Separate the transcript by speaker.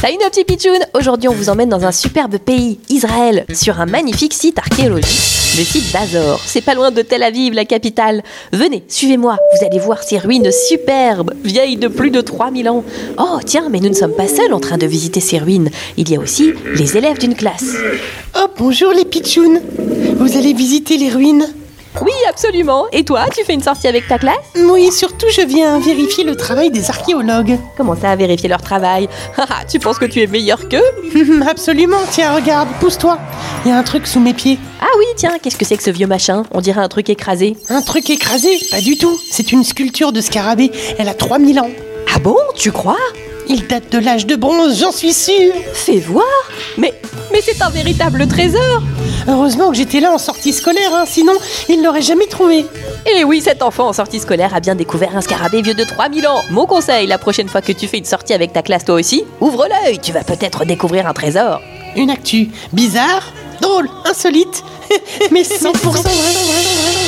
Speaker 1: Salut nos petits pitchouns Aujourd'hui on vous emmène dans un superbe pays, Israël, sur un magnifique site archéologique, le site d'Azor. C'est pas loin de Tel Aviv, la capitale. Venez, suivez-moi, vous allez voir ces ruines superbes, vieilles de plus de 3000 ans. Oh tiens, mais nous ne sommes pas seuls en train de visiter ces ruines, il y a aussi les élèves d'une classe.
Speaker 2: Oh bonjour les pitchouns Vous allez visiter les ruines
Speaker 1: Oui, absolument Et toi, tu fais une sortie avec ta classe
Speaker 2: Oui, surtout je viens vérifier le travail des archéologues.
Speaker 1: Comment ça, à vérifier leur travail Haha, Tu penses que tu es meilleur qu'eux
Speaker 2: Hum, Absolument, tiens regarde, pousse-toi. Il y a un truc sous mes pieds.
Speaker 1: Ah oui, tiens, qu'est-ce que c'est que ce vieux machin On dirait un truc écrasé.
Speaker 2: Un truc écrasé Pas du tout. C'est une sculpture de scarabée. Elle a 3000 ans.
Speaker 1: Ah bon, tu crois
Speaker 2: Il date de l'âge de bronze, j'en suis sûre.
Speaker 1: Fais voir Mais, mais c'est un véritable trésor
Speaker 2: Heureusement que j'étais là en sortie scolaire, hein, sinon il ne l'aurait jamais trouvé.
Speaker 1: Et Eh oui, cet enfant en sortie scolaire a bien découvert un scarabée vieux de 3000 ans Mon conseil, la prochaine fois que tu fais une sortie avec ta classe toi aussi, ouvre l'œil, tu vas peut-être découvrir un trésor
Speaker 2: Une actu bizarre, drôle, insolite, mais 100% vrai.